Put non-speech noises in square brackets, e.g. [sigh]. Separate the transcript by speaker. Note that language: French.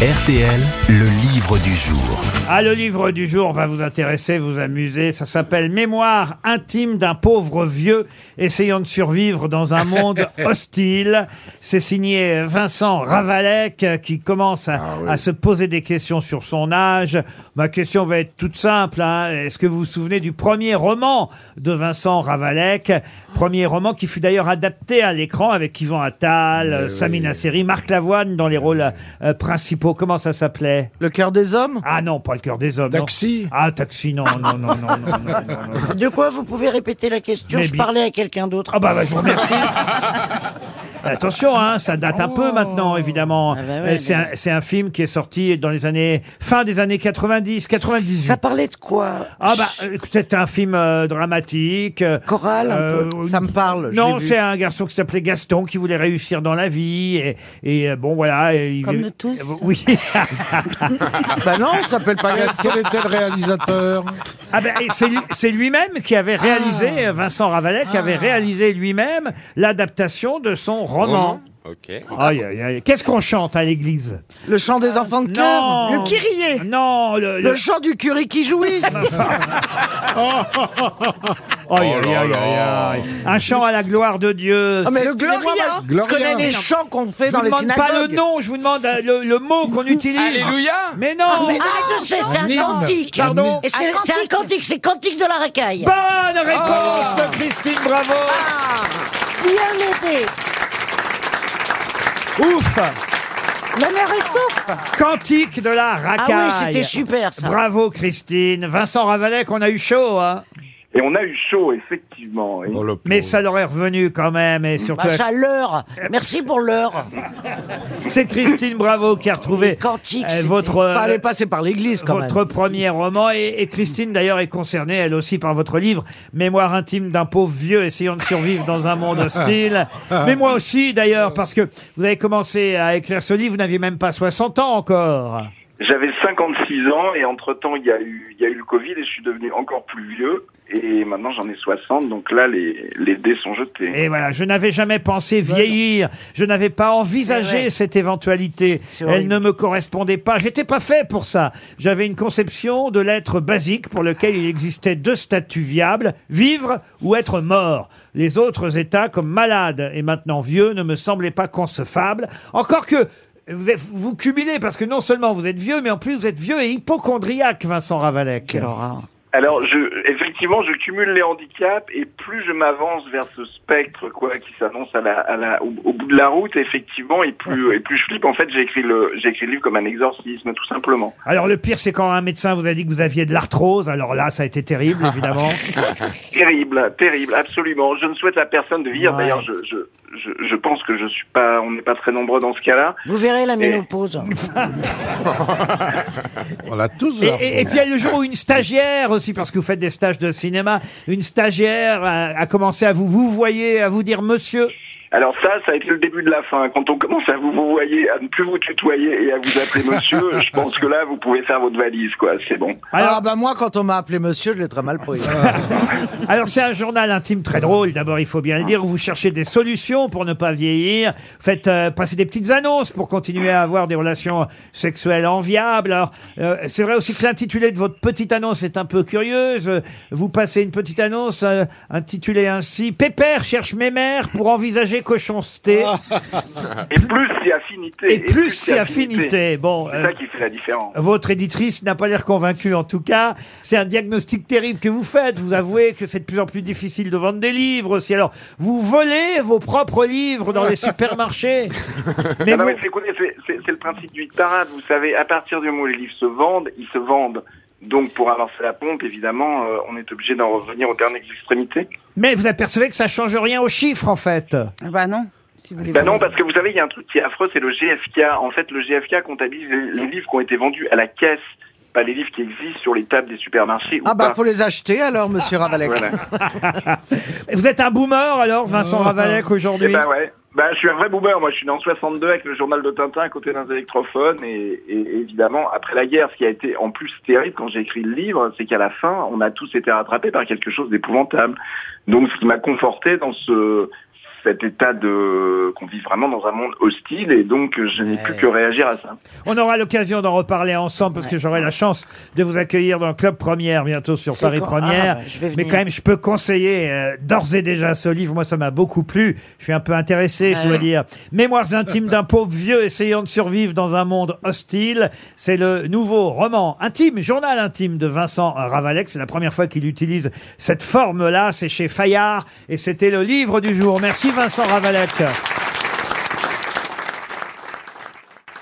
Speaker 1: RTL, le livre du jour.
Speaker 2: Ah, le livre du jour va vous intéresser, vous amuser. Ça s'appelle Mémoire intime d'un pauvre vieux essayant de survivre dans un monde hostile. C'est signé Vincent Ravalec euh, qui commence à, à se poser des questions sur son âge. Ma question va être toute simple. hein. Est-ce que vous vous souvenez du premier roman de Vincent Ravalec Premier roman qui fut d'ailleurs adapté à l'écran avec Yvan Attal, euh, Samina Seri, Marc Lavoine dans les rôles euh, principaux. Comment ça s'appelait
Speaker 3: Le cœur des hommes
Speaker 2: Ah non, pas le cœur des hommes. non.
Speaker 4: Taxi
Speaker 2: Ah, taxi, non, non, non, non, non, non, non, non.
Speaker 5: De quoi vous pouvez répéter la question
Speaker 2: Mais
Speaker 5: Je
Speaker 2: bien-
Speaker 5: parlais à quelqu'un d'autre.
Speaker 2: Ah bah, bah, je vous remercie. Attention, hein, ça date un peu maintenant, évidemment.
Speaker 5: Ah bah ouais,
Speaker 2: Euh, c'est, un,
Speaker 5: bien.
Speaker 2: c'est un film qui est sorti dans les années fin des années 90, 98.
Speaker 5: Ça parlait de quoi
Speaker 2: Ah bah, euh, écoutez, c'était un film euh, dramatique. euh,
Speaker 5: Chorale un
Speaker 2: euh,
Speaker 3: Ça me parle. je
Speaker 2: non,
Speaker 3: l'ai vu.
Speaker 2: c'est un garçon qui s'appelait Gaston qui voulait réussir dans la vie et, et, euh, bon voilà. et il-
Speaker 6: Comme nous tous.
Speaker 2: Oui.
Speaker 3: Bah non, ça s'appelle pas
Speaker 4: Quel
Speaker 3: Gaston.
Speaker 4: quel était le réalisateur
Speaker 2: Ah ben, et c'est lui- c'est lui-même qui avait réalisé, euh, Vincent Ravalet, qui avait réalisé lui-même l'adaptation de son roman.
Speaker 7: Ok.
Speaker 2: Aïe, aïe, aïe. Qu'est-ce qu'on chante à l'église
Speaker 3: [laughs] Le chant des enfants de
Speaker 2: Non. Ah,
Speaker 3: cœur. Le Kyrie.
Speaker 2: Non, le... le-
Speaker 3: Le chant du curé qui jouit.
Speaker 2: Ah, bah,
Speaker 3: Ah,
Speaker 2: Aïe,
Speaker 7: Oh
Speaker 2: aïe,
Speaker 7: là
Speaker 2: aïe,
Speaker 7: là.
Speaker 2: aïe, aïe. Un chant à la gloire de Dieu.
Speaker 3: Ah, mais
Speaker 6: Le
Speaker 3: excusez-moi,
Speaker 6: Gloria.
Speaker 3: moi,
Speaker 4: Gloria.
Speaker 3: Je connais les chants qu'on fait
Speaker 2: hein. Je
Speaker 3: dans
Speaker 2: vous
Speaker 3: les
Speaker 2: demande
Speaker 3: synagogues.
Speaker 2: pas le nom, je vous demande euh, le, le mot qu'on utilise.
Speaker 7: Alléluia
Speaker 2: Mais non
Speaker 5: Ah, je sais, c'est
Speaker 4: Un
Speaker 5: un
Speaker 4: hymne.
Speaker 5: cantique.
Speaker 4: Un hymne.
Speaker 5: Et c'est c'est un cantique, c'est cantique de la racaille.
Speaker 2: Bonne réponse de Christine Bravo
Speaker 5: Bien aidé.
Speaker 2: Ouf
Speaker 5: La mère est sauf.
Speaker 2: Cantique de la
Speaker 5: Ah
Speaker 2: racaille
Speaker 5: oui, c'était super ça.
Speaker 2: Ah. Bravo Christine Vincent Ravalec, on a eu chaud, hein
Speaker 8: Et on a eu chaud, effectivement.
Speaker 4: Oh,
Speaker 8: Et-
Speaker 2: Mais ça leur est revenu quand même, et surtout,
Speaker 5: Bah, ça l'heure. Merci pour l'heure.
Speaker 2: c'est Christine Bravo qui a retrouvé
Speaker 5: Les cantiques,
Speaker 2: euh,
Speaker 5: c'était-
Speaker 2: votre, euh,
Speaker 3: Fallait passer par l'église quand même.
Speaker 2: votre premier roman. Et, et Christine, d'ailleurs, est concernée, elle aussi, par votre livre Mémoire intime d'un pauvre vieux essayant de survivre dans un monde
Speaker 5: [laughs]
Speaker 2: hostile. Mais moi aussi, d'ailleurs, parce que vous avez commencé à écrire ce livre, vous n'aviez même pas 60 ans encore.
Speaker 8: J'avais 56 ans et entre-temps, il y, a eu- il y a eu le Covid et je suis devenu encore plus vieux. Et maintenant, j'en ai 60, donc là, les, les dés sont jetés.
Speaker 2: Et voilà, je n'avais jamais pensé vieillir, je n'avais pas envisagé
Speaker 5: Ouais, ouais.
Speaker 2: cette éventualité.
Speaker 5: C'est
Speaker 2: Elle
Speaker 5: horrible.
Speaker 2: ne me correspondait pas, j'étais pas fait pour ça. J'avais une conception de l'être basique pour lequel il existait deux statuts viables, vivre ou être mort. Les autres états, comme malade et maintenant vieux, ne me semblaient pas concevables. Encore que vous, êtes- vous cumulez, parce que non seulement vous êtes vieux, mais en plus vous êtes vieux et hypochondriaque, Vincent Ravalec.
Speaker 5: Quelle horreur.
Speaker 8: Alors, je, effectivement, je cumule les handicaps et plus je m'avance vers ce spectre quoi qui s'annonce à la, à la, au, au bout de la route, effectivement, et plus, et plus je flippe. En fait, j'ai écrit le, j'ai écrit le livre comme un exorcisme, tout simplement.
Speaker 2: Alors le pire, c'est quand un médecin vous a dit que vous aviez de l'arthrose. Alors là, ça a été
Speaker 5: [laughs]
Speaker 2: terrible, évidemment.
Speaker 8: Terrible, terrible, absolument. Je ne souhaite à personne de vivre. D'ailleurs, je, je, je, je pense que je suis pas, on n'est pas très nombreux dans ce cas-là.
Speaker 5: Vous verrez la ménopause.
Speaker 4: On l'a tous.
Speaker 2: Et,
Speaker 4: leur
Speaker 2: et- et puis il y a le jour où une stagiaire aussi, parce que vous faites des stages de cinéma, une stagiaire a, a commencé à vous vous voyez, à vous dire monsieur.
Speaker 8: Alors ça, ça a été le début de la fin. Quand on commence à vous vous voyez, à ne plus vous tutoyer et à vous appeler
Speaker 2: [laughs]
Speaker 8: monsieur, je pense que là, vous pouvez faire votre valise, quoi. C'est bon.
Speaker 2: Alors, Euh.
Speaker 3: Alors, bah moi, quand on m'a appelé monsieur, je l'ai très mal pris.
Speaker 2: alors c'est un journal intime très drôle. D'abord, il faut bien le dire, vous cherchez des solutions pour ne pas vieillir. Faites euh, passer des petites annonces pour continuer à avoir des relations sexuelles enviables. Alors, euh, c'est vrai aussi que l'intitulé de votre petite annonce est un peu curieuse. Euh, Vous passez une petite annonce euh, intitulée ainsi Pépère cherche mémère pour envisager cochon sté.
Speaker 8: Et plus c'est affinité.
Speaker 2: Ah. Et plus c'est affinité. Bon.
Speaker 8: C'est
Speaker 2: euh,
Speaker 8: ça qui fait la différence.
Speaker 2: Votre éditrice n'a pas l'air convaincue, en tout cas. C'est un diagnostic terrible que vous faites. Vous avouez que c'est de plus en plus difficile de vendre des livres aussi. Alors, vous volez vos propres livres dans les
Speaker 8: [laughs]
Speaker 2: supermarchés. Mais
Speaker 8: Ah non,
Speaker 2: vous-
Speaker 8: mais c'est écoutez, c'est- c'est c'est le principe du parade. Vous savez, à partir du moment où les livres se vendent, ils se vendent. Donc, pour avancer la pompe, évidemment, euh, on est obligé d'en revenir aux dernières extrémités.
Speaker 2: mais vous apercevez que ça change rien aux chiffres, en fait.
Speaker 6: Ah Bah non. Si vous voulez
Speaker 8: Ben
Speaker 6: voir.
Speaker 8: non, parce que vous savez, il y a un truc qui est affreux, c'est le GFK. En fait, le GFK comptabilise les, les livres qui ont été vendus à la caisse, pas les livres qui existent sur les tables des supermarchés.
Speaker 3: ah
Speaker 8: ou
Speaker 3: bah
Speaker 8: pas.
Speaker 3: faut les acheter alors, monsieur Ravalek.
Speaker 8: Voilà.
Speaker 2: Et Vous êtes un boomer, alors, Vincent Ravalec,
Speaker 8: Eh
Speaker 2: aujourd'hui.
Speaker 8: ben ouais. Ben, je suis un vrai boomer. Moi, je suis né en 62 avec le journal de Tintin à côté d'un électrophone. Et, et évidemment, après la guerre, ce qui a été en plus terrible quand j'ai écrit le livre, c'est qu'à la fin, on a tous été rattrapés par quelque chose d'épouvantable. Donc, ce qui m'a conforté dans ce cet état de qu'on vit vraiment dans un monde hostile et donc euh, je n'ai plus que réagir à ça.
Speaker 2: On aura l'occasion d'en reparler ensemble parce que j'aurai la chance de vous accueillir dans Club Première bientôt sur
Speaker 5: C'est
Speaker 2: Paris
Speaker 5: quand-
Speaker 2: Première.
Speaker 5: Ah, ouais, je vais
Speaker 2: Mais
Speaker 5: venir.
Speaker 2: quand même, je peux conseiller euh, d'ores et déjà ce livre. Moi, ça m'a beaucoup plu. Je suis un peu intéressé, je dois
Speaker 5: Ouais.
Speaker 2: dire. Mémoires intimes d'un pauvre vieux essayant de survivre dans un monde hostile. C'est le nouveau roman intime, journal intime de Vincent Ravalec. C'est la première fois qu'il utilise cette forme-là. C'est chez Fayard et c'était le livre du jour. Merci Vincent Ravalec.